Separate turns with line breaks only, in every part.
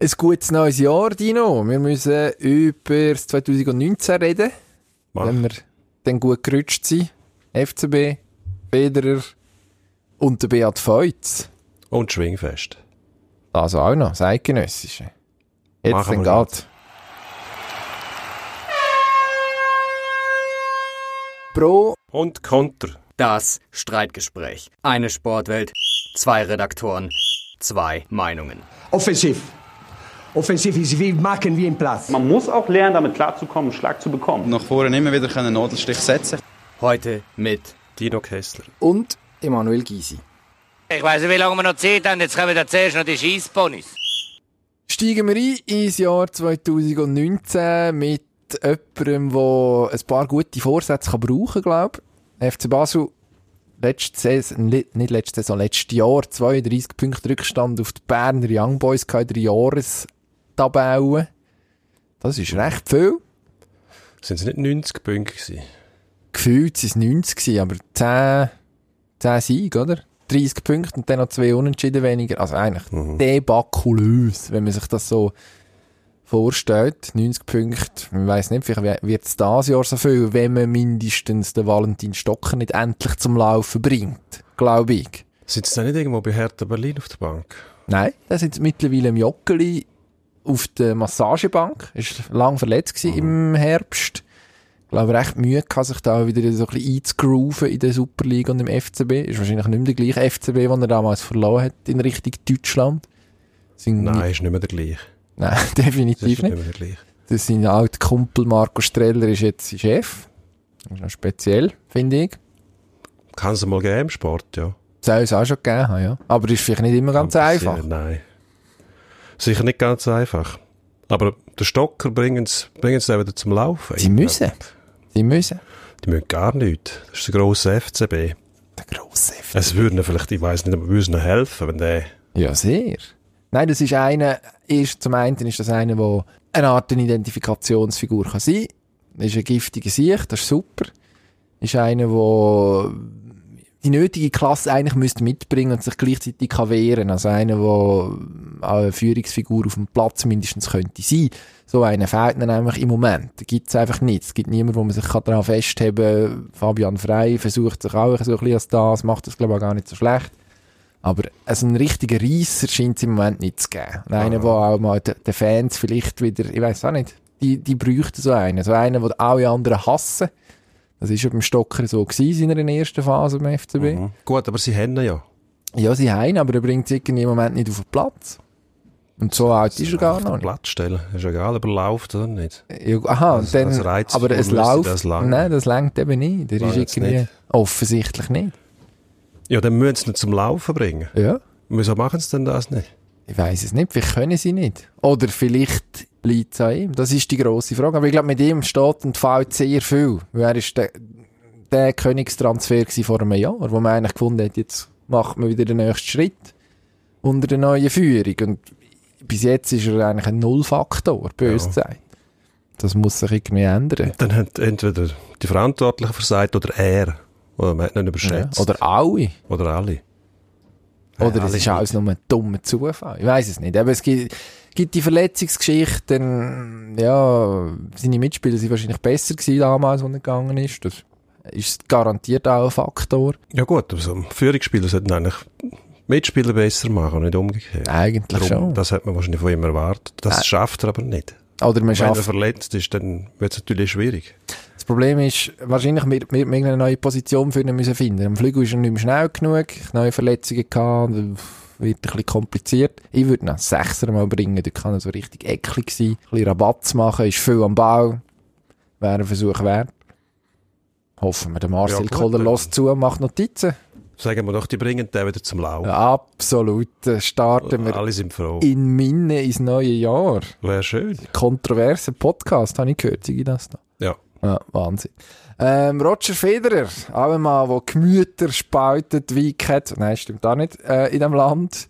Ein gutes neues Jahr, Dino. Wir müssen über das 2019 reden,
Ah.
wenn wir dann gut gerutscht sind. FCB, Federer und der Beat Feutz.
Und Schwingfest.
Also auch noch, das Eidgenössische. Jetzt
Machen
dann
wir
geht's. Pro
Und Konter.
Das Streitgespräch. Eine Sportwelt, zwei Redaktoren, zwei Meinungen.
Offensiv. Offensiv ist wie machen wie im Platz.
Man muss auch lernen, damit klarzukommen, einen Schlag zu bekommen.
nach vorne immer wieder einen Nadelstich setzen
Heute mit
Dino Kessler.
und Emanuel Gysi.
Ich weiß nicht, wie lange wir noch Zeit haben. Jetzt kommen da zuerst noch die Scheissponys.
Steigen wir ein ins Jahr 2019 mit jemandem, der ein paar gute Vorsätze kann brauchen kann, glaube ich. FC Basel, letzte Saison, li- nicht letzte Saison, letztes Jahr 32 Punkte Rückstand auf die Berner Young Boys gehabt in der Jahrestabelle. Das ist recht viel.
Sind es nicht 90 Punkte gewesen?
Gefühlt waren es 90, gewesen, aber 10, 10 Siege, oder? 30 Punkte und dann noch zwei Unentschieden weniger. Also eigentlich debakulös, wenn man sich das so vorstellt. 90 Punkte, man weiss nicht, vielleicht wird es dieses Jahr so viel, wenn man mindestens den Valentin Stocker nicht endlich zum Laufen bringt. Glaube ich.
Sind sie da nicht irgendwo bei Hertha Berlin auf der Bank?
Nein, da sind sie mittlerweile im Joggeli auf der Massagebank. Ist lang verletzt gsi
Mhm.
im Herbst. Ich glaube, recht Mühe gehabt, sich da wieder so ein bisschen einzugrooven in der Superliga und im FCB. Ist wahrscheinlich nicht mehr der gleiche FCB, den er damals verloren hat in Richtung Deutschland. Sind
Nein, ist nicht mehr der gleiche.
Nein,
Das ist
definitiv
nicht
nicht.
mehr der gleiche.
Das sein alter Kumpel Marco Streller ist jetzt sein Chef. Das ist noch speziell, finde ich.
Kann es mal geben im Sport, ja.
Soll es auch schon gegeben haben, ja. Aber ist vielleicht nicht immer ganz
Kann passieren,
einfach.
Nein. Sicher nicht ganz einfach. Aber der Stocker bringen sie, bringen sie dann wieder zum Laufen.
Sie müssen. Sie müssen.
Die müssen gar nichts. Das ist der grosse FCB.
Der grosse FC.
Es würden ihnen vielleicht, ich weiss nicht, aber würden ihnen helfen, wenn der...
Ja, sehr. Nein, das ist einer, ist, zum einen ist das einer, der eine Art eine Identifikationsfigur kann sein kann. Ist ein giftiger Sieg, das ist super. Ist einer, der die nötige Klasse eigentlich müsste mitbringen und sich gleichzeitig kann wehren Also einer, der auch eine Führungsfigur auf dem Platz mindestens könnte sein. So einer fehlt mir nämlich im Moment. Da gibt's einfach nichts. Es gibt niemanden, wo man sich kann daran festheben kann. Fabian Frey versucht sich auch so ein bisschen als das, macht das glaube ich auch gar nicht so schlecht. Aber also einen richtigen Reisser scheint es im Moment nicht zu geben. Und
Ah.
Einen, der auch mal de- den Fans vielleicht wieder, ich weiß auch nicht, die, die bräuchten so einen. So einen, den alle anderen hassen. Das ist ja beim Stocker so gewesen in seiner ersten Phase beim FCB.
Gut, aber sie haben ihn ja.
Ja, sie haben, ihn, aber er bringt sie irgendwie im Moment nicht auf den Platz. Und so alt ist er gar
Auf
noch
den
nicht.
Platz stellen. Ist egal, ob er läuft oder nicht.
Ja, aha, und
Als-
dann,
als Reiz
aber es
müsste
läuft.
das langen.
Nein, das längt eben nicht. Der ist
Langt's
irgendwie
nicht.
offensichtlich nicht.
Ja, dann müssen sie ihn zum Laufen bringen.
Ja.
Wieso machen sie denn das nicht?
Ich weiß es nicht, vielleicht können sie nicht. Oder vielleicht liegt es an ihm. Das ist die grosse Frage. Aber ich glaube, mit ihm steht und fällt sehr viel. Weil er ist der, der Königstransfer gewesen vor einem Jahr, wo man eigentlich gefunden hat, jetzt macht man wieder den nächsten Schritt unter der neuen Führung. Und bis jetzt ist er eigentlich ein Nullfaktor, bös gesagt. Das muss sich irgendwie ändern.
Dann haben entweder die Verantwortlichen versagt oder er. Oder man hat ihn
Ja.
überschätzt.
Oder alle.
Oder alle.
Oder
alles
es ist alles nur ein dummer Zufall. Ich weiß es nicht. Aber es gibt, gibt die Verletzungsgeschichten. Ja, seine Mitspieler sind wahrscheinlich besser gewesen damals, als er gegangen ist. Das ist garantiert auch ein Faktor.
Ja gut, aber so ein Führungsspieler sollten eigentlich Mitspieler besser machen, nicht umgekehrt.
Eigentlich
Darum,
schon.
das hat man wahrscheinlich von ihm erwartet. Das schafft er aber nicht.
Oder man
Wenn er
schafft.
verletzt ist, dann wird es natürlich schwierig.
Das Problem ist, wahrscheinlich wird wir irgendeine neue Position für ihn müssen finden. Am Flügel ist er nicht mehr schnell genug, neue Verletzungen gehabt, wird ein bisschen kompliziert. Ich würde ihn als Sechser mal bringen, da kann er so richtig ecklig sein, ein bisschen Rabatz machen, ist viel am Ball, wäre ein Versuch wert. Hoffen wir, der Marcel
Ja, gut,
Koller
dann-
lässt zu und macht Notizen.
Sagen wir doch, die bringen den wieder zum Laufen.
Absolut, Äh, starten wir
Alle sind froh.
in Minne ins neue Jahr.
Wäre schön.
Kontroverser Podcast, habe ich gehört, sei das da.
Ja.
Ja, Wahnsinn. Ähm, Roger Federer, auch ein Mann, der Gemüter spaltet wie kein... Nein, stimmt auch nicht, äh, in dem Land.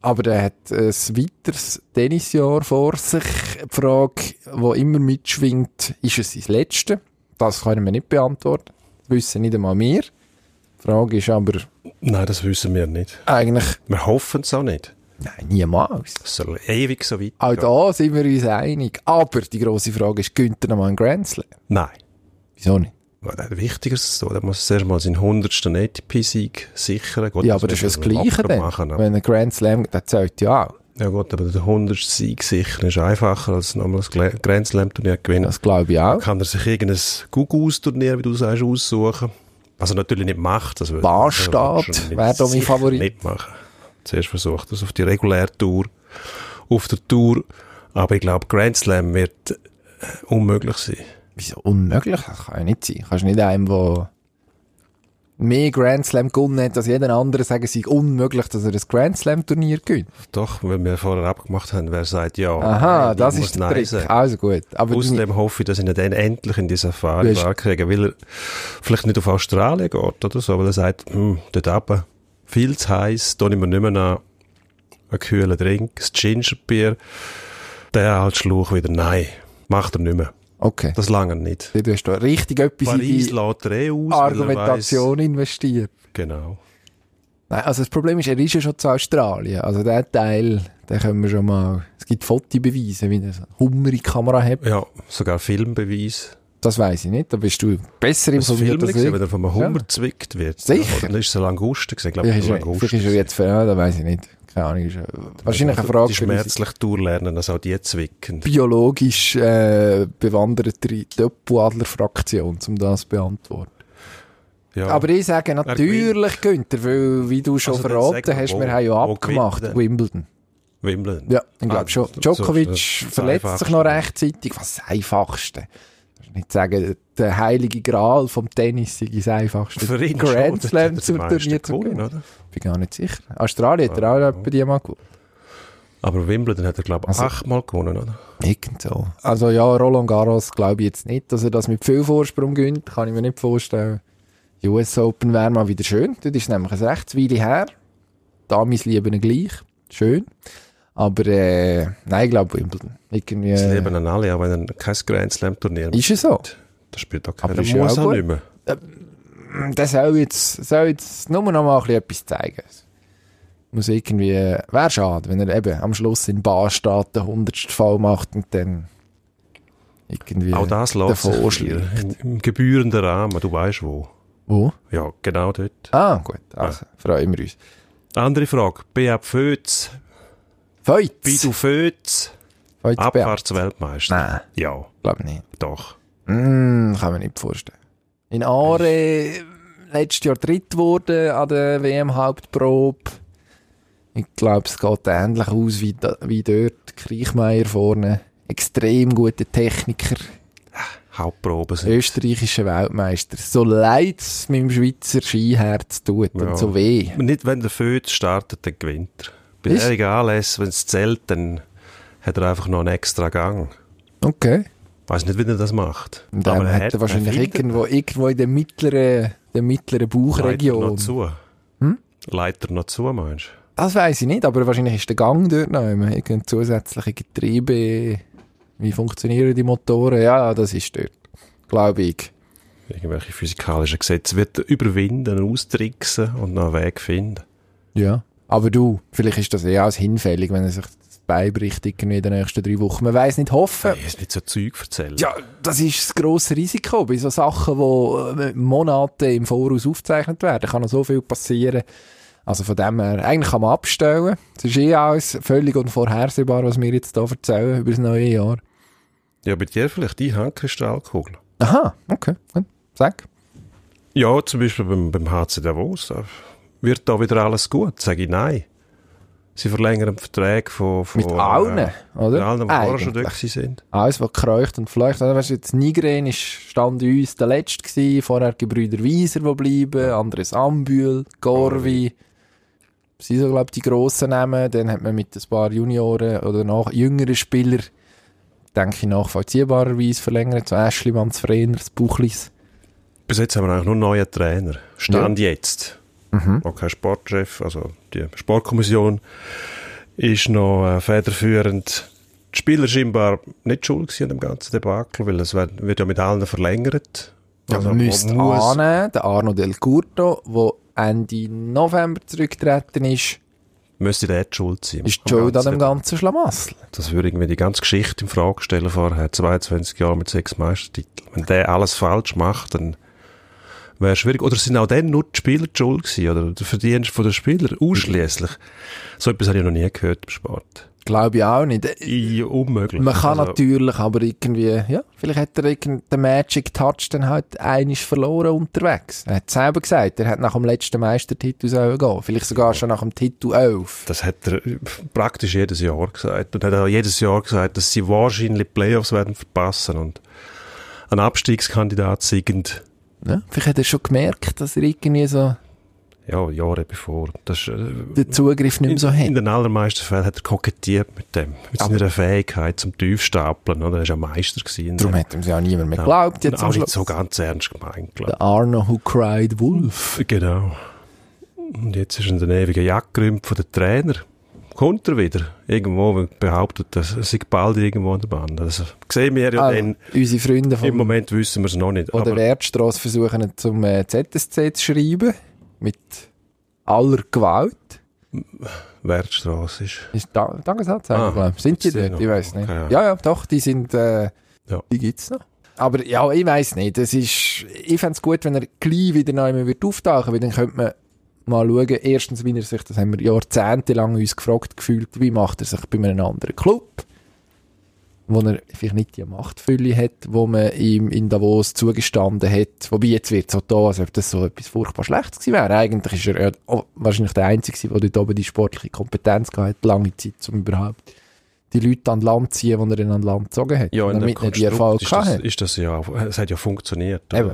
Aber der hat ein weiteres Tennisjahr vor sich. Die Frage, die immer mitschwingt, ist es sein letzte? Das können wir nicht beantworten. Das wissen nicht einmal wir. Die Frage ist aber
Nein, das wissen wir nicht.
eigentlich...
Wir hoffen es auch nicht.
Nein, niemals.
Das soll ewig so weit
Auch da sind wir uns einig. Aber die grosse Frage ist, gönnt er nochmal einen Grand Slam?
Nein.
Wieso nicht?
Weil er hat Wichtigeres zu tun. Er muss zuerst mal seinen 100. ATP-Sieg sichern. Gut,
ja, aber das ist ja das
wird er
Gleiche
locker
dann.
machen, aber-
Wenn ein Grand Slam, das zählt ja auch.
Ja gut, aber der 100. Sieg sichern ist einfacher als nochmal das Gle- Grand Slam Turnier gewinnen.
Das glaube ich
Dann
auch.
kann er sich irgendein Gugus-Turnier, wie du sagst, aussuchen. Was er natürlich nicht macht. Das würde-
Barstadt
das würde er mit
wäre da mein
sicher
Favorit.
Nicht machen. Zuerst versucht er es auf die reguläre Tour, auf der Tour. Aber ich glaube, Grand Slam wird äh, unmöglich sein.
Wieso unmöglich? Das kann ja nicht sein. Kannst nicht einem, der mehr Grand Slam gewonnen hat als jeden anderen, sagen, es sei unmöglich, dass er ein Grand Slam Turnier gewinnt.
Doch, wenn wir vorher abgemacht haben, wer sagt ja.
Aha,
nein, ich
das
muss
ist der
nein
Trick.
sagen.
Also gut. Aber deine-
Außerdem hoffe ich, dass ich ihn dann endlich in die Safari
Du hast-
kriege, weil er vielleicht nicht auf Australien geht oder so, weil er sagt, hm, dort runter, viel zu heiß, da nehmen wir nicht mehr an, einen kühlen Drink, das Gingerbier, der halt Schluch wieder, nein, macht er nicht mehr.
okay.
Das lange nicht.
Du hast da richtig etwas in
Paris
die
lädt er eh aus, weil er
Argumentation investiert.
Weiss, genau.
Nein, also das Problem ist, er ist ja schon zu Australien. Also der Teil, den können wir schon mal... Es gibt Fotobeweise, wie er so eine hummerige Kamera hat.
Ja, sogar Filmbeweis.
Das weiß ich nicht, da bist du besser
Das Film
informiert als
gesehen, wenn
ich.
er von einem Hummer zwickt wird.
Sicher.
Oder ist es ein Langusten gewesen? Ich glaube,
Ja,
ein
ist, er-
Langusten.
vielleicht ist er jetzt... Ja, da weiß ich nicht. Keine Ahnung. Ist, äh, wahrscheinlich eine Frage
Also, Die
für unsere
schmerzlich durchlernen, also auch die zwicken.
biologisch äh, bewanderte Döppeladler-Fraktion, um das zu beantworten.
Ja.
Aber ich sage natürlich, Günther, weil, wie du schon
Also dann
verraten
sag
hast,
wo-
wir haben ja
wo
abgemacht,
gewinnt denn?
Wimbledon.
Wimbledon.
Ja, ich glaube
Ah,
schon.
so-
Djokovic
so- so
verletzt
einfach.
sich noch rechtzeitig. Was das Einfachste? Ich will nicht sagen, der heilige Gral vom Tennis sei das Einfachste.
Für ihn schon,
Grand
das
Slam
hat er
zum
am meisten
Turnier zu
gewonnen,
gewinnen.
oder? Ah,
Ich bin gar nicht sicher. Australien hat er auch bei dir mal gewonnen.
Aber Wimbledon hat er, glaube ich,
Also-
achtmal gewonnen, oder?
Irgend so. Also ja, Roland Garros glaube ich jetzt nicht, dass er das mit viel Vorsprung gewinnt. Kann ich mir nicht vorstellen. Die US Open wäre mal wieder schön. Dort ist nämlich ein recht Weile her. Damis lieben ihn gleich. Schön. Aber äh, nein, ich glaube Wimbledon. Irgendwie,
Das leben an alle, auch wenn er kein Grand Slam-Turnier
Äh, ist es so.
Das spielt auch
Aber
keiner.
das ist ja auch gut.
nicht mehr.
Der soll jetzt, soll jetzt nur noch mal ein bisschen etwas zeigen. Muss irgendwie, wäre schade, wenn er eben am Schluss in Barstadt den 100. Fall macht und dann irgendwie
Auch das lässt
davor
sich
schlägt.
hier im, im gebührenden Rahmen, du weißt wo.
Wo?
Ja, genau dort.
Ah, gut. Also, freuen wir uns.
Andere Frage. Beat Fötz.
Feuz.
Bidu Fötz.
Feuz Beat.
Abfahrtsweltmeister.
Nein,
Ja,
glaube nicht.
doch.
Mm, kann man nicht vorstellen. In Aare äh, letztes Jahr dritt geworden an der WM-Hauptprobe. Ich glaube, es geht ähnlich aus wie, da, wie dort. Kriechmeier vorne. Extrem guter Techniker.
Hauptproben sind.
Österreichischer Weltmeister. So leid es meinem Schweizer Skiherz tut
Ja.
und so weh.
Nicht, wenn der Fötz startet, dann gewinnt er. Bei
Ist-
einigen Anlässen, wenn es zählt, dann hat er einfach noch einen extra Gang.
Okay.
Weiß nicht, wie er das macht.
Und dann
er
hat er wahrscheinlich
findet-
irgendwo, irgendwo in der mittleren, der mittleren
Leitet
Bauchregion.
noch zu.
Hm?
Leitet er noch zu, meinst du?
Das weiß ich nicht, aber wahrscheinlich ist der Gang dort noch immer. Irgendein zusätzliche Getriebe. Wie funktionieren die Motoren? Ja, das ist dort. Glaube ich.
Irgendwelche physikalischen Gesetze wird er überwinden, austricksen und noch einen Weg finden.
Ja. Aber du, vielleicht ist das eh alles hinfällig, wenn er sich das Bein bricht irgendwie in den nächsten drei Wochen. Man weiß nicht hoffen.
Ich ist nicht so Zeug erzählen.
Ja, das ist das grosse Risiko bei so Sachen, die äh, Monate im Voraus aufgezeichnet werden. Kann noch so viel passieren. Also von dem her, eigentlich kann man abstellen. Es ist eh alles völlig unvorhersehbar, was wir jetzt hier erzählen über das neue Jahr.
ja bei dir vielleicht die Handkristallkugel.
Aha, okay, gut. Sag.
Ja, zum Beispiel beim, beim HC Davos. äh, Wird da wieder alles gut? Sage ich nein. Sie verlängern den Vertrag von, von äh,
Mit allen, oder?
Mit allen, die vorher schon
Eigentlich.
dort gewesen sind.
Alles, was kreucht und fleucht. Also, weißt du, jetzt Nigren ist Stand uns der Letzte gewesen. Vorher Gebrüder Wieser, die bleiben. Andres Ambühl, Gorvi. Das sind so, glaube ich, die grossen Namen. Dann hat man mit ein paar Junioren oder nach, jüngeren Spielern, denke ich, nachvollziehbarerweise verlängert. So Ashley Manzfrener, das Buchlis.
Bis jetzt haben wir eigentlich nur neue Trainer. Stand jetzt.
Mhm.
Auch kein Sportchef, also die Sportkommission ist noch äh, federführend. Die Spieler scheinbar nicht schuld gewesen an dem ganzen Debakel, weil es wird, wird ja mit allen verlängert. Also
Ja, man müsste annehmen, der Arno Del Curto, der Ende November zurückgetreten ist,
müsste der die schuld sein.
Ist
Am
die Schuld an
ganzen-
dem ganzen Schlamassel.
Das würde irgendwie die ganze Geschichte in Frage stellen vorher. 22 Jahre mit sechs Meistertiteln. Wenn der alles falsch macht, dann wäre es schwierig. Oder sind auch dann nur die Spieler die schuld gewesen? Oder der Verdienst von den Spielern ausschließlich? So etwas habe ich noch nie gehört im Sport.
Glaube ich auch nicht.
I, unmöglich.
Man kann
Also,
natürlich, aber irgendwie, ja, vielleicht hat er den Magic Touch dann halt einisch verloren unterwegs. Er hat selber gesagt, er hat nach dem letzten Meistertitel sollen gehen. Vielleicht sogar schon nach dem Titel 11.
Das hat er praktisch jedes Jahr gesagt. Und hat auch jedes Jahr gesagt, dass sie wahrscheinlich die Playoffs werden verpassen und ein Abstiegskandidat siegend.
Ja? ne? Vielleicht hat er schon gemerkt, dass er irgendwie so
Ja, Jahre bevor. Das ist, äh,
den Zugriff nicht mehr so
In
hat.
den allermeisten Fällen hat er kokettiert mit dem, mit
Aber-
seiner Fähigkeit zum Tiefstapeln, oder? Er war ja Meister gewesen.
Darum hat ihm ja niemand mehr geglaubt. Jetzt
auch
am
nicht
Schluss.
so ganz ernst gemeint, glaube
Der Arno Who Cried Wolf.
ich. Genau. Und jetzt ist er der ewige Jagdgrümpf von der Trainer. Kommt er wieder? Irgendwo wenn er behauptet, dass er sei bald irgendwo an der Band. Also, sehen wir ja
Also,
dann.
unsere Freunde
Im
vom,
Moment wissen wir es noch nicht.
oder
Aber
Wertstrasse versuchen ihn zum äh, ZSC zu schreiben. Mit aller Gewalt.
Wertstraße ist.
Ist da, Dankesanzeigen,
Ah,
glaube ich. Sind die
gibt's die
dort?
noch?
Ich weiß nicht.
Okay, ja.
ja, ja, doch, die sind, äh,
Ja.
die gibt's noch. Aber ja, ich weiß nicht. Das ist, ich fänd's gut, wenn er gleich wieder neu wird auftauchen, weil dann könnte man mal schauen, erstens, wie er sich, das haben wir jahrzehntelang uns gefragt gefühlt, wie macht er sich bei einem anderen Club, wo er vielleicht nicht die Machtfülle hat, wo man ihm in Davos zugestanden hat. Wobei, jetzt wird's auch da, als ob das so etwas furchtbar Schlechtes gewesen wäre. Eigentlich ist er ja auch wahrscheinlich der Einzige, gewesen, der dort oben die sportliche Kompetenz gehabt hat, lange Zeit, um überhaupt die Leute an Land zu ziehen, die er an Land gezogen hat.
Ja, in dem
damit er die
Konstrukt
Erfahrung
ist das,
hatte.
ist das ja, auch- es hat ja funktioniert. oder?
Eben.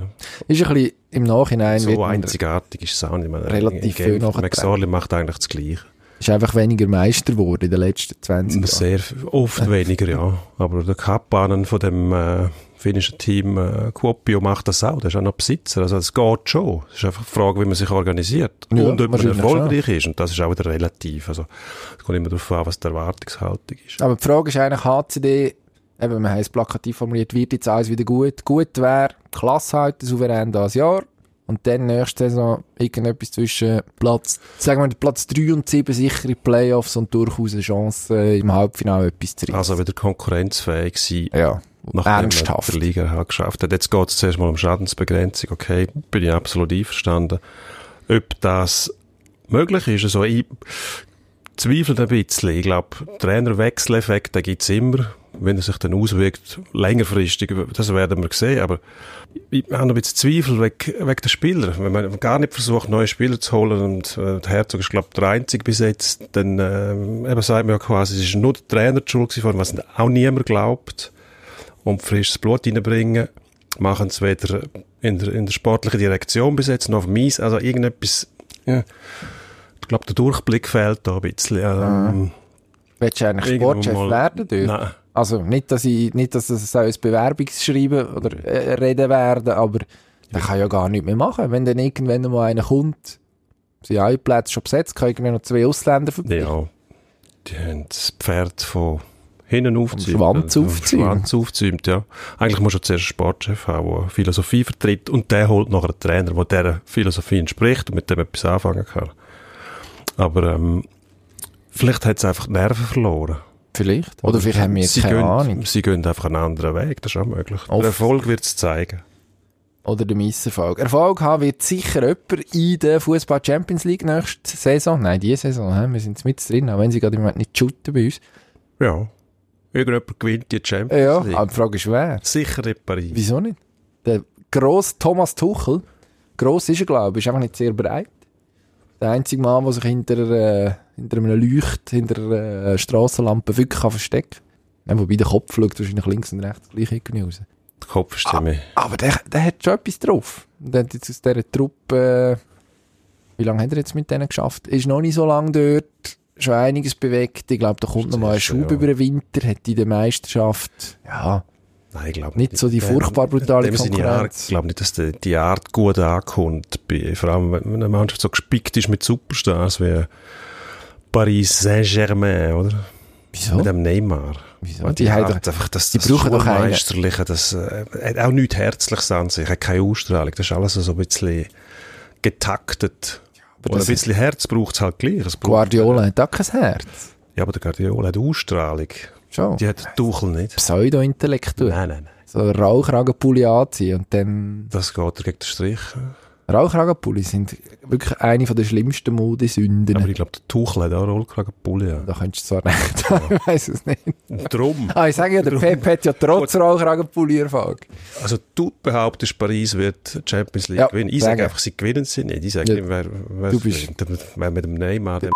Ist ein bisschen im Nachhinein wird
So
man-
einzigartig ist es auch nicht. Meine,
Relativ viel nachgetragen.
McSorley macht eigentlich das Gleiche.
ist einfach weniger Meister geworden in den letzten 20 Jahren.
Sehr f- oft weniger, ja. Aber der Kapanen von dem äh, finnischen Team äh, Kuopio macht das auch. Der ist auch noch Besitzer. Also es geht schon. Es ist einfach die Frage, wie man sich organisiert.
Ja,
und ob man
wahrscheinlich
erfolgreich ist. Und das ist auch wieder relativ. Also es kommt immer darauf an, was die Erwartungshaltung ist.
Aber die Frage ist eigentlich, HCD, eben, wir haben es plakativ formuliert, wird jetzt alles wieder gut? Gut wäre, Klasse halten, souverän das Jahr. Und dann nächste Saison irgendetwas zwischen Platz, sagen wir Platz 3 und 7 sichere Playoffs und durchaus eine Chance, äh, im Halbfinale etwas zu reissen.
Also wieder konkurrenzfähig sein.
ja,
Nachdem er
ernsthaft.
die Liga halt geschafft hat. Jetzt geht es zuerst mal um Schadensbegrenzung. Okay, bin ich absolut einverstanden. Ob das möglich ist, also ich zweifle ein bisschen. Ich glaube, Trainerwechseleffekt, den gibt's immer. Wenn er sich dann auswirkt, längerfristig, das werden wir sehen. Aber ich habe noch ein bisschen Zweifel wegen, wegen der Spieler. Wenn man gar nicht versucht, neue Spieler zu holen und äh, der Herzog ist, glaube ich, der Einzige bis jetzt, dann ähm, eben sagt man ja quasi, es ist nur der Trainer die schuld gewesen, von was auch niemand glaubt und frisches Blut reinbringen. Machen es weder in der, in der sportlichen Direktion bis jetzt noch auf Mies. Also irgendetwas, ja. ich glaube, der Durchblick fehlt da ein bisschen. Ähm,
Willst du eigentlich
irgendwo
Sportchef
mal-
werden dürfen?
Nein.
Also nicht, dass ich, nicht, dass das so ein Bewerbungsschreiben oder äh, Reden werden, aber der kann ja gar nichts mehr machen. Wenn dann irgendwann mal einer kommt, sind alle Plätze schon besetzt, kann irgendwie noch zwei Ausländer verbinden.
Ja, die haben das Pferd von hinten aufzäumt.
Schwanz
äh, vom
aufzäumt.
Schwanz aufzäumt, ja. Eigentlich musst du zuerst einen Sportchef haben, der eine Philosophie vertritt und der holt nachher einen Trainer, der dieser Philosophie entspricht und mit dem etwas anfangen kann. Aber ähm, vielleicht hat es einfach die Nerven verloren.
Vielleicht. Oder vielleicht haben wir jetzt
sie
keine
gehen,
Ahnung.
Sie gehen einfach einen anderen Weg, das ist auch möglich.
Oft.
Der Erfolg wird es zeigen.
Oder der Misserfolg. Erfolg haben wird sicher jemand in der Fußball Champions League nächste Saison. Nein, diese Saison. hä? Wir sind mit drin, auch wenn sie gerade im Moment nicht shooten bei uns.
Ja. Irgendjemand gewinnt die Champions
Ja, Ah.
League.
aber die Frage ist, wer?
Sicher in Paris.
Wieso nicht? Der grosse Thomas Tuchel, gross ist er, glaube ich, ist einfach nicht sehr breit. Der einzige Mann, der sich hinter, äh, hinter einem Leucht, hinter einer äh, Strassenlampe wirklich kann verstecken kann. Ja, wobei der Kopf schaut wahrscheinlich links und rechts gleich irgendwie raus.
Die
Ah.
Kopfstimme.
Aber der, der hat schon etwas drauf. Und der hat jetzt aus dieser Truppe, äh, wie lange hat er jetzt mit denen geschafft? Ist noch nicht so lange dort, schon einiges bewegt. Ich glaube, da kommt noch mal ein
sicher,
Schub
ja.
über den Winter, hat in der Meisterschaft, ja,
Nein, ich glaube
nicht so die furchtbar brutale Konkurrenz.
Ich glaube nicht, dass die, die Art gut ankommt. Bei, vor allem, wenn eine Mannschaft so gespickt ist mit Superstars wie Paris Saint-Germain, oder?
Wieso?
Mit dem Neymar.
Oh. Wieso?
Und Die,
Die haben
Art,
doch-
einfach das,
die
das
brauchen doch einen.
Schulmeisterliche, das äh, hat auch nichts Herzliches an sich, hat keine Ausstrahlung. Das ist alles so ein bisschen getaktet.
Aber
Und ein
das
bisschen Herz braucht es halt gleich. Es braucht-
Guardiola hat auch kein Herz.
Ja, aber der Guardiola hat Ausstrahlung.
Schon.
Die hat der Tuchel nicht.
Pseudo-Intellektuell.
Nein, nein, nein.
So Rauchragenpulli anziehen und dann...
Das geht er gegen den Strich.
Rauchragenpulli sind wirklich eine von der schlimmsten Modesünden.
Aber ich glaube, der Tuchel hat auch Rollkragenpulli. Ja.
Da könntest du zwar nicht, ich weiß es nicht.
Drum.
Ah, ich sage ja, der Pep hat ja trotz Rauchragenpulli-Erfolg.
Also du behauptest, Paris wird die Champions League
Ja,
gewinnen. Ich
sagen.
sage einfach, sie gewinnen sie nicht. Ich sage
Ja.
ihm, wer, wer,
Du bist-
wer, wer mit dem Neymar, dem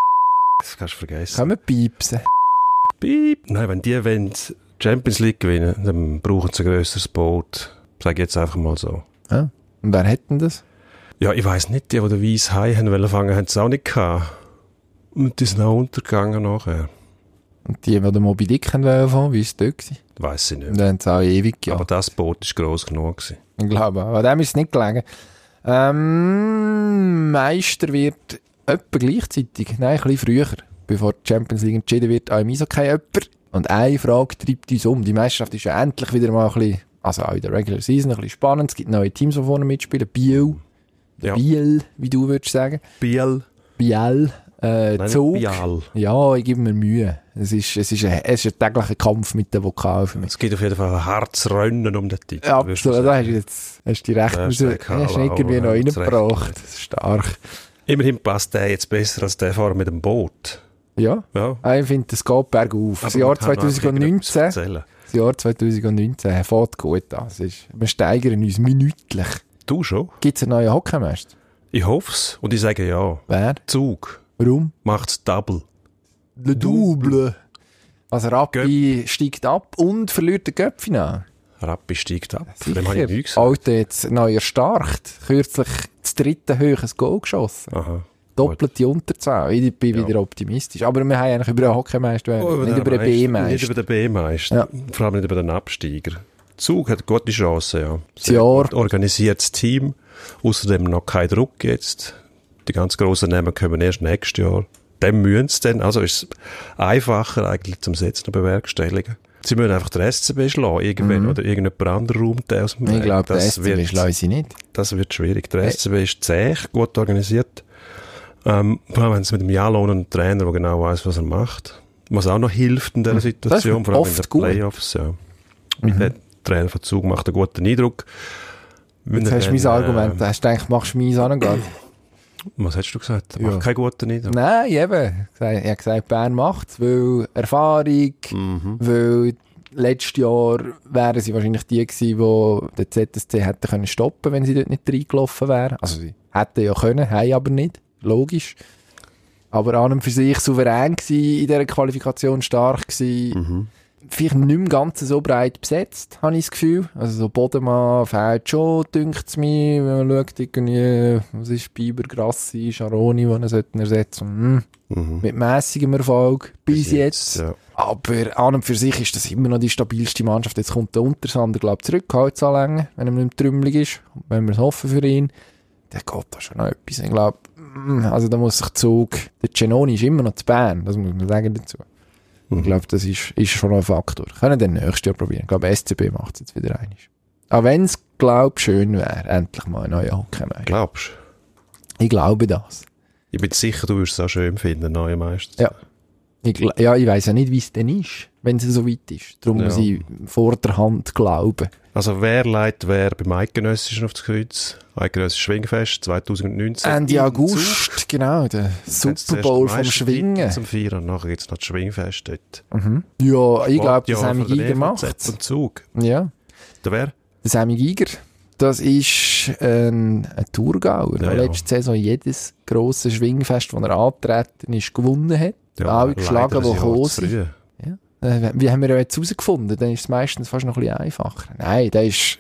das kannst du vergessen.
Können wir piepsen?
Piep. Nein, wenn die wollen die Champions League gewinnen, dann brauchen sie ein grösseres Boot. Sag jetzt einfach mal so.
Ja. Und wer hätten das?
Ja, ich weiß nicht, die, die den weissen Hai haben wollen fangen, haben es auch nicht gehabt. Und die sind auch untergegangen nachher.
Und die, die den Moby Dick haben wollen fahren, wie ist das gewesen?
Weiß ich nicht.
Und dann haben sie auch ewig ja.
Aber das Boot ist gross genug. Gewesen.
Ich glaube auch. An dem ist es nicht gelegen. Ähm, Meister wird etwa gleichzeitig, nein, ein bisschen früher, bevor die Champions League entschieden wird, auch im Eishockey jemand. Und eine Frage treibt uns um. Die Meisterschaft ist ja endlich wieder mal ein bisschen, also auch in der Regular Season, ein bisschen spannend. Es gibt neue Teams, die vorne mitspielen. Biel,
Ja.
Biel, wie du würdest sagen.
Biel.
Biel, äh,
Nein,
Zug.
Bial.
Ja, ich gebe mir Mühe. Es ist, es ist, ein, es ist ein täglicher Kampf mit den Vokalen für mich.
Es gibt auf jeden Fall ein hartes Rennen um den Titel.
Ja,
würdest du
absolut. Da
sagen.
hast du jetzt hast du die recht.
Da hast
Hast
du
du
den Karl
hast du irgendwie
auch,
noch
ja, zu
reingebracht. Das ist stark.
Immerhin passt der jetzt besser als der vorher mit dem Boot.
Ja.
Ja.
Ah, Ich finde, es geht bergauf.
Aber
Das Jahr
man kann auch irgendetwas
2019,
erzählen.
das Jahr 2019 fährt gut an. Es ist, wir steigern uns minütlich.
Du schon?
Gibt es einen neuen Hockeymeister?
Ich hoffe es. Und ich sage ja.
Wer?
Zug
Warum?
macht's Double.
Le Double. Also Rappi steigt ab und verliert den Göpfinal.
Rappi steigt ab. Von dem habe ich nichts gesagt.
Alter, jetzt neu erstarkt. Kürzlich das dritte höchstes Goal geschossen.
Aha.
Doppelte Unterzahl. Ich bin wieder optimistisch. Aber wir haben eigentlich über einen Hockeymeister,
Oh,
nicht über einen
Meister- Nicht
B-Meister.
über den B-Meister.
Ja.
Vor allem nicht über den Absteiger. Zug hat gute Chancen, ja.
Das Jahr.
gut organisiertes Team. Außerdem noch kein Druck jetzt. Die ganz grossen Namen kommen erst nächstes Jahr. Dem müssen sie dann. Also ist es einfacher eigentlich zum Setzen zu bewerkstelligen. Sie müssen einfach den SCB schlagen, irgendwann. Oder irgendjemand anderer räumt den aus dem
Mhm. Ich
Weg.
glaube, der
das
SCB
wird,
schleuse nicht.
das wird schwierig. Der SCB ist zäh, gut organisiert. Ähm, vor allem wenn es mit dem Jalon einen Trainer, der genau weiß, was er macht. Was auch noch hilft in dieser Situation, vor allem in
Hm. oft
den
gut. Mhm.
Playoffs. Ja. Der Trainer von Zug macht einen guten Eindruck. Wenn
Jetzt
er
hast du mein
dann,
Argument.
Äh,
Hast du gedacht, machst du meins an?
was hast du gesagt? Er
Ja.
Macht keinen guten Eindruck.
Nein, eben. Ich habe gesagt, Bern macht es, weil Erfahrung,
Mhm.
weil letztes Jahr wären sie wahrscheinlich die gewesen, die den ZSC hätten können stoppen wenn sie dort nicht reingelaufen wären. Also sie hätten ja können, haben aber nicht. Logisch. Aber an und für sich souverän gewesen, in dieser Qualifikation stark
Mhm.
gewesen. Vielleicht nicht im Ganzen so breit besetzt, habe ich das Gefühl. Also so Bodemann fehlt schon, dünkt es mir. Wenn man schaut, irgendwie, was ist Biber, Grassi, Scharoni, die er sollten ersetzen hm. Mit mäßigem Erfolg bis, jetzt.
ja.
Aber an und für sich ist das immer noch die stabilste Mannschaft. Jetzt kommt der Untersander, glaube ich, zurück, halt anlängen, wenn er nicht mehr trümmelig ist. Und Wenn wir es hoffen für ihn, der geht da schon noch etwas. Ich glaube, also da muss sich Zug... Der Genoni ist immer noch zu Bern, das muss man sagen dazu. Ich glaube, das ist, ist schon noch ein Faktor. Können wir dann nächstes Jahr probieren. Ich glaube, SCB macht es jetzt wieder einig. Auch wenn es, glaube ich, schön wäre, endlich mal ein neuer Hockeymeister.
Glaubst du?
Ich glaube das.
Ich bin sicher, du wirst es auch schön finden, einen neuen Meister. zu
Ja. Ich, gl- ja, ich weiß ja nicht, wie es denn ist, wenn es so weit ist. Darum
Ja.
muss ich vorderhand glauben.
Also wer leitet wer beim Eidgenössischen auf das Kreuz? Eidgenössisches Schwingfest 2019.
Ende
Im Zug.
August, genau, der
Äh, Jetzt
Super
zuerst
Bowl
die
vom
meisten
Schwingen.
Titel Zum Feiern, nachher gibt es noch das Schwingfest dort.
Ja, ich glaube,
Sportjahr
das haben
von
wir
der
gemacht.
EVZ Zum Zug.
Ja.
Der wer?
Der Sammy Giger, das ist ein, ein Thurgauer, der
Ja, ja.
letzte Saison jedes grosse Schwingfest, das er angetreten ist, gewonnen hat. Alle geschlagen, die gekommen sind. Ja. Äh, Wie haben wir ja jetzt herausgefunden? Dann ist es meistens fast noch ein bisschen einfacher. Nein, der ist,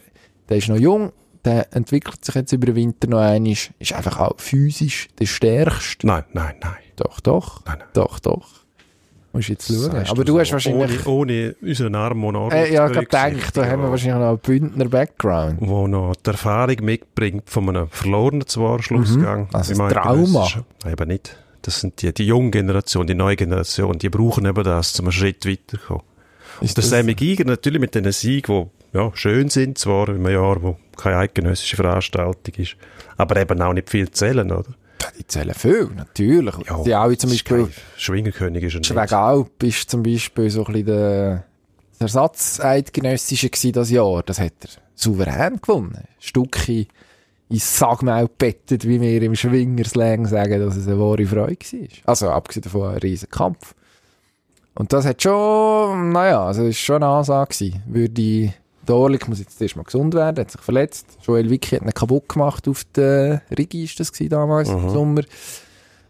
der ist noch jung, der entwickelt sich jetzt über den Winter noch einmal, ist einfach auch physisch der Stärkste.
Nein, nein, nein.
Doch, doch,
Nein, nein.
doch, doch. Musst jetzt schauen.
Sagst
Aber du
so.
hast wahrscheinlich...
Ohne, ohne unseren armen Ort.
Äh, ja, ich habe gedacht, da haben wir wahrscheinlich noch einen Bündner Background.
Wo noch die Erfahrung mitbringt von einem verlorenen zwar Schlussgang.
Also
im
das
Eidgenössischen.
Trauma.
Nein, eben nicht. Das sind die, die junge Generation, die neue Generation, die brauchen eben das, um einen Schritt weiterzukommen.
Ist
Der
das-
Sammy Giger natürlich mit diesen Siegen, die ja, schön sind, zwar in einem Jahr, wo keine eidgenössische Veranstaltung ist, aber eben auch nicht viel zählen, oder?
Die zählen viel, natürlich. die auch zum Beispiel,
Schwingerkönig ist er nicht.
Schwegalp ist zum Beispiel so ein bisschen der der Ersatzeidgenössische gewesen das Jahr. Das hat er souverän gewonnen. Stücke ins Sagmau bettet, wie wir im Schwingerslang sagen, dass es eine wahre Freude war. Also abgesehen davon ein riesen Kampf. Und das hat schon, naja, also ist schon eine Ansage gewesen. Würde Dorlik muss jetzt erstmal gesund werden, hat sich verletzt. Joel Wicki hat ihn kaputt gemacht auf der Rigi, ist das gewesen damals
Mhm.
im Sommer.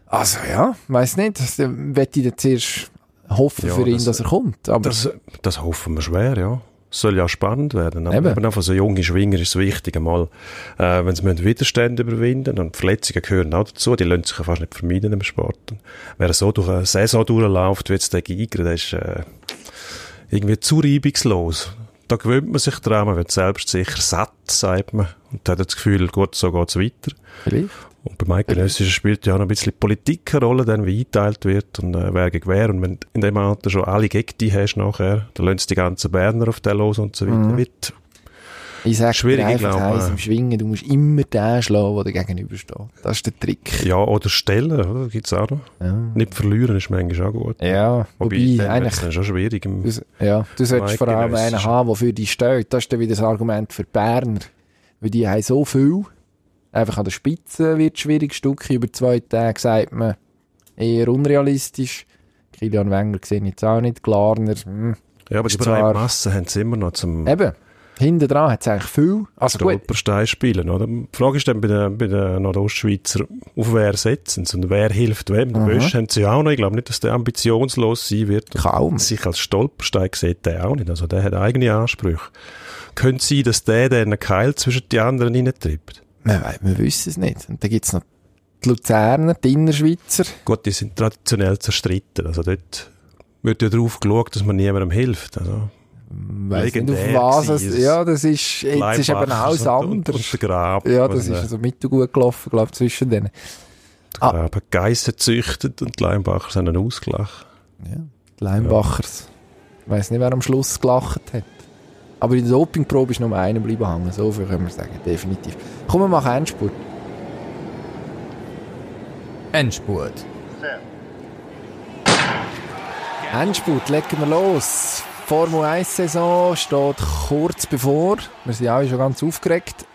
Also ja, weiß nicht, das äh, wette ich jetzt erst hoffen
Ja,
für ihn,
das-
dass er kommt. Aber
Das, das hoffen wir schwer, ja. Es soll ja spannend werden. Aber
Eben.
eben. auch für so junge Schwinger ist es wichtig, einmal, äh, wenn sie müssen Widerstände überwinden und Verletzungen gehören auch dazu, die lassen sich ja fast nicht vermeiden im Sport. Und Wer so durch eine Saison durchläuft, wie jetzt der Giger, der ist äh, irgendwie zu reibungslos. Da gewöhnt man sich dran, man wird selbst sicher satt, sagt man. Und hat das Gefühl, gut, so geht's weiter.
vielleicht.
Und beim
Mhm.
Eidgenössischen spielt ja auch noch ein bisschen die Politik eine Rolle, dann wie eingeteilt wird und äh, wer gegen wer. Und wenn du in dem Alter schon alle gegen dich hast nachher, dann lassen sie die ganzen Berner auf den los und so weiter.
Mhm.
Wird
Ich sag
Schwierig,
dir einfach
ich glaube,
eins
äh.
im Schwingen, du musst immer den schlagen, der dir gegenübersteht. Das ist der Trick.
Ja, oder stellen, oder? gibt's auch noch. Nicht verlieren ist manchmal auch gut.
Ja,
Wobei,
wobei
dann wird's
eigentlich,
dann schon schwierig. Im,
du, ja, du solltest vor allem
Eidgenössische.
einen haben, der für dich steht. Das ist dann wieder das Argument für die Berner. Weil die haben so viel. Einfach an der Spitze wird es schwierig. Stücke über zwei Tage sagt man eher unrealistisch. Kilian Wenger sehe ich jetzt auch nicht. Glarner, hm.
ja, aber die
ist
breite
zwar-
Masse haben sie immer noch zum
eben. Hinten dran hat es eigentlich viel. Also gut,
Stolperstein spielen, oder? Die Frage ist dann bei den, bei den Nordostschweizer, auf wer setzen sie und wer hilft wem?
Mhm.
Den Bösch haben sie ja auch noch. Ich glaube nicht, dass der ambitionslos sein wird.
kaum.
sich als Stolperstein sieht der auch nicht. Also der hat eigene Ansprüche. Könnte sein, dass der dann einen Keil zwischen die anderen hineintreibt?
Man, wei- wir wissen es nicht. Und dann gibt es noch die Luzerner, die Innerschweizer.
Gut, die sind traditionell zerstritten. Also dort wird ja darauf geschaut, dass man niemandem hilft. Also
Weiss nicht, auf
Legendär
was es,
gewesen,
ja, das ist, jetzt ist eben
Leibachers
alles
und- Und,
anders.
und der Grab.
Ja, das ist
der
also mittelgut gelaufen, glaube ich, zwischen denen. ah.
Grab hat Geissen gezüchtet und die Leimbacher haben ihn ausgelacht.
Die Leimbachers. Ich weiss nicht, wer am Schluss gelacht hat. Aber in der Dopingprobe ist nur einer bleiben hängen, so viel können wir sagen, definitiv. Komm, wir machen Endspurt.
Endspurt.
Endspurt, legen wir los. Formel 1 Saison steht kurz bevor. Wir sind alle schon ganz aufgeregt.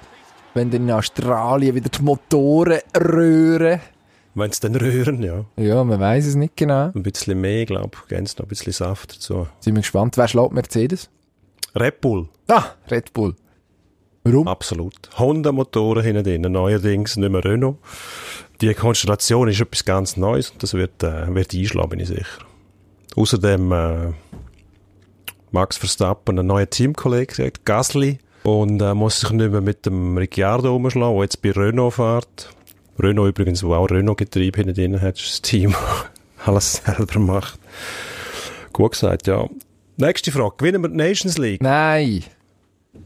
Wenn dann in Australien wieder die Motoren röhren.
Wenn sie dann rühren, ja.
Ja, man weiß es nicht genau.
Ein bisschen mehr, glaube ich. Gehen sie noch ein bisschen Saft dazu.
Sind wir gespannt, wer schlägt Mercedes?
Red Bull,
Ah, Red Bull. Warum?
absolut. Honda-Motoren hinten drin, neuerdings nicht mehr Renault. Die Konstellation ist etwas ganz Neues und das wird, äh, wird einschlagen, bin ich sicher. Außerdem äh, Max Verstappen, ein neuer Teamkollege, gesagt, Gasly, und äh, muss sich nicht mehr mit dem Ricciardo umschlagen, der jetzt bei Renault fährt. Renault übrigens, wo auch Renault-Getriebe hinten drin hat, ist das Team, alles selber macht. Gut gesagt, ja. Nächste Frage. Gewinnen wir die Nations League?
Nein,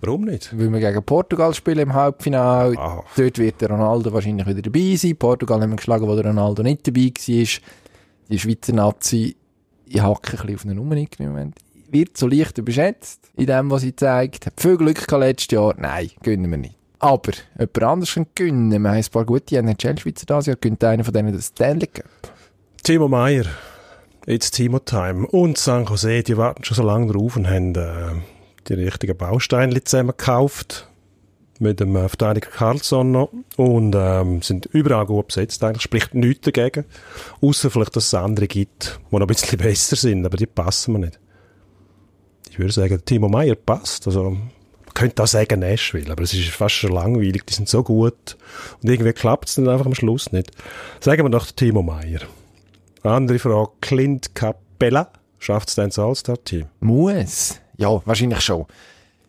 Warum nicht?
weil wir gegen Portugal spielen im Halbfinale.
Ah.
Dort wird der Ronaldo wahrscheinlich wieder dabei sein. Portugal haben wir geschlagen, wo der Ronaldo nicht dabei war. Die Schweizer Nazi, ich hacke ein bisschen auf den Umenig im Moment, wird so leicht überschätzt in dem, was sie zeigt. Hat viel Glück gehabt letztes Jahr. Nein, gönnen wir nicht. Aber jemand anders kann gönnen. Wir haben ein paar gute NHL-Schweizer dieses Jahr. Gönnt einer von denen den Stanley Cup.
Timo Meier, it's Timo Time und San Jose, die warten schon so lange drauf und haben äh, die richtigen Bausteine zusammen gekauft. Mit dem äh, Verteidiger Carlson noch. Und ähm, sind überall gut besetzt eigentlich. Spricht nichts dagegen. Außer vielleicht, dass es andere gibt, die noch ein bisschen besser sind, aber die passen mir nicht. Ich würde sagen, Timo Meier passt. Also, man könnte auch sagen Nashville, aber es ist fast schon langweilig. Die sind so gut. Und irgendwie klappt es dann einfach am Schluss nicht. Sagen wir doch Timo Meier. Andere Frage, Clint Capella. Schafft es denn das All-Star-Team?
Muss? Ja, wahrscheinlich schon.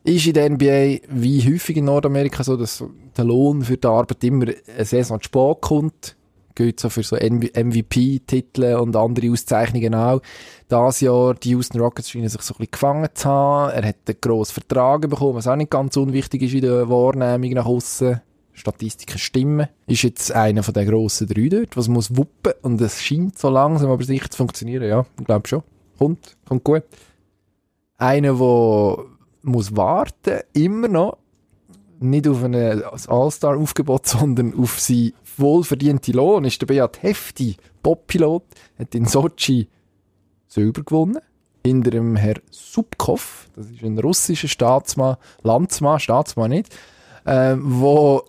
Ist in der NBA wie häufig in Nordamerika so, dass der Lohn für die Arbeit immer eine Saison zu spät kommt? Gilt so für so MVP-Titel und andere Auszeichnungen auch. Das Jahr, die Houston Rockets scheinen sich so ein bisschen gefangen zu haben. Er hat einen grossen Vertrag bekommen, was auch nicht ganz unwichtig ist in der Wahrnehmung nach außen. Statistiken stimmen. Ist jetzt einer von den grossen drei dort, was muss wuppen und es scheint so langsam aber sicher zu funktionieren. Ja, ich glaube schon. Kommt, kommt gut einer, der muss warten, immer noch. nicht auf ein äh, All-Star-Aufgebot, sondern auf seinen wohlverdienten Lohn ist der Beat Hefti, Bobpilot, hat in Sochi Silber gewonnen. Hinter dem Herr Subkov, das ist ein russischer Staatsmann, Landsmann, Staatsmann nicht, äh, wo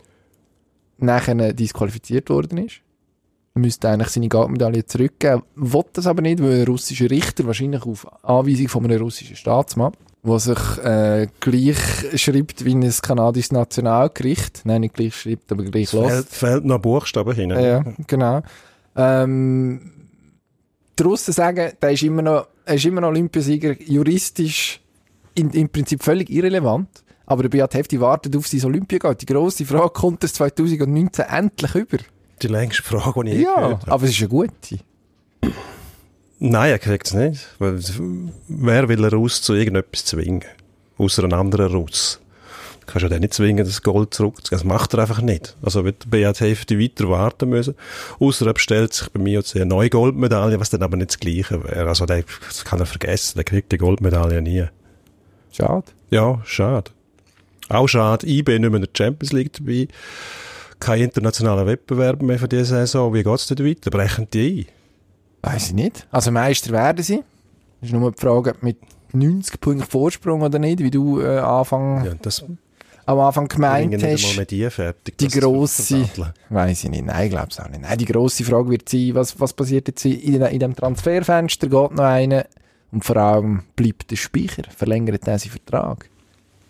nachher disqualifiziert worden ist. Er müsste eigentlich seine Goldmedaille zurückgeben, will das aber nicht, weil ein russischer Richter, wahrscheinlich auf Anweisung von einem russischen Staatsmann, der sich äh, gleich schreibt wie ein kanadisches Nationalgericht, nein, nicht gleich schreibt, aber gleich
Fehlt,
lässt.
fehlt noch Buchstaben hin.
Ja, genau. Ähm, die Russen sagen, der ist immer noch, er ist immer noch Olympiasieger, juristisch in, im Prinzip völlig irrelevant. Aber der Beat Hefti wartet auf sein Olympiagold. Die grosse Frage, kommt er 2019 endlich über?
Die längste Frage, die ich je
Ja,
gehört habe.
aber es ist eine gute.
Nein, er kriegt es nicht. Weil- Wer will einen Russ zu irgendetwas zwingen? Außer einen anderen Russ. Du kannst ja den nicht zwingen, das Gold zurückzugeben. Das macht er einfach nicht. Also wird Beat Hefti weiter warten müssen. Außer er bestellt sich bei mir eine neue Goldmedaille, was dann aber nicht das Gleiche wäre. Also der, das kann er vergessen, der kriegt die Goldmedaille nie.
Schade.
Ja, schade. Auch schade, IB nicht mehr in der Champions League dabei. Kein internationaler Wettbewerb mehr für diese Saison. Wie geht's dort weiter? Brechen die ein?
Weiß ich nicht. Also Meister werden sie. Das ist nur die Frage, ob mit 90 Punkten Vorsprung oder nicht, wie du äh, Anfang,
Ja, das
am Anfang gemeint
bringen nicht
hast.
einmal mit die fertig.
die
das zu
grosse,
verdatteln.
weiß ich nicht, nein, glaube es auch nicht. Nein, die grosse Frage wird sein, was, was passiert jetzt in, in dem Transferfenster? Geht noch einer? Und vor allem bleibt der Speicher, verlängert er seinen Vertrag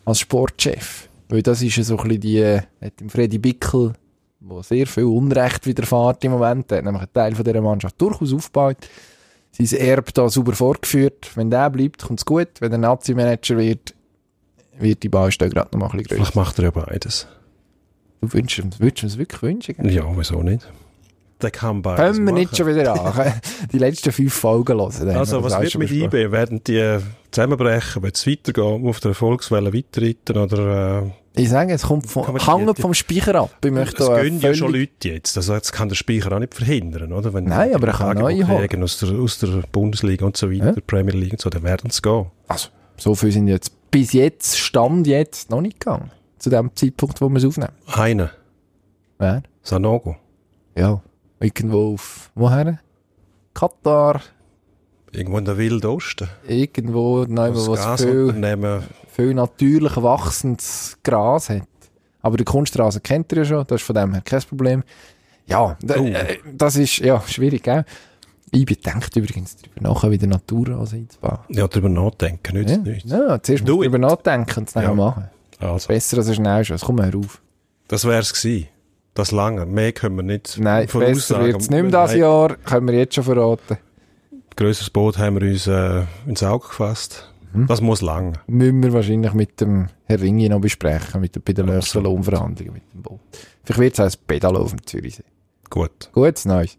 als Sportchef. Weil das ist ja so ein bisschen die, hat dem Freddy Bickel, wo sehr viel Unrecht widerfährt im Moment, der hat nämlich einen Teil von dieser Mannschaft durchaus aufgebaut, sein Erbe da sauber vorgeführt. Wenn der bleibt, kommt es gut. Wenn der Nazi-Manager wird, wird die Baustelle gerade noch mal ein bisschen grösser.
Vielleicht macht er ja beides.
Du wünschst ihm- würdest du ihm es wirklich wünschen? gell?
Ja, wieso nicht? Der kann beides
Können wir
machen.
nicht schon wieder an. Die letzten fünf Folgen hören. dann
Also,
haben wir
was
das auch
wird
schon
mit
besprochen.
IB? Werden die zusammenbrechen? Wird es weitergehen? Auf der Erfolgswelle weiterreiten? Oder, äh,
Ich sage, es kommt
Kann
vom,
man die-
hängt vom Speicher ab. Ich möchte
es
da
gehen ja
völlig-
schon Leute jetzt. Also, das kann der Speicher auch nicht verhindern, oder? Wenn
Nein,
die
aber er kann
Angebote
neue holen.
kriegen Aus der, aus der Bundesliga und so weiter,
Ja.
Premier League und so, dann werden es gehen.
Also, so viel sind jetzt bis jetzt, Stand jetzt, noch nicht gegangen. Zu dem Zeitpunkt, wo wir es aufnehmen.
Einer,
Wer?
Sanogo,
Ja. Irgendwo auf, woher? Katar,
irgendwo in der Wilden Osten.
irgendwo, nein,
Wo
wo
das
was viel,
Gasunternehmen
viel natürlich wachsendes Gras hat. Aber die Kunstrasen kennt ihr ja schon, das ist von dem her kein Problem. Ja, d-
Oh.
äh, das ist ja, schwierig, gell? Ich bedenkt übrigens darüber nach, wieder Naturrasen einzubauen.
ja, darüber nachdenken, nützt
Ja,
nichts.
ja zuerst
Do
musst du darüber nachdenken und es dann
Ja.
machen.
Also,
Besser als er schnell schon, es kommt mir auf.
das wäre es gewesen. Das lange. Mehr können wir nicht
Nein, besser
voraussagen.
wird es nicht mehr das
Nein,
Jahr, können wir jetzt schon verraten.
grösseres Boot haben wir uns äh, ins Auge gefasst.
Mhm.
Das muss lang.
Müssen wir wahrscheinlich mit dem Herr Ringi noch besprechen, mit der, bei den nächsten
Absolut.
Lohnverhandlungen mit dem Boot. Vielleicht wird es auch ein Pedal auf dem Zürichsee.
Gut.
Gutes Neues.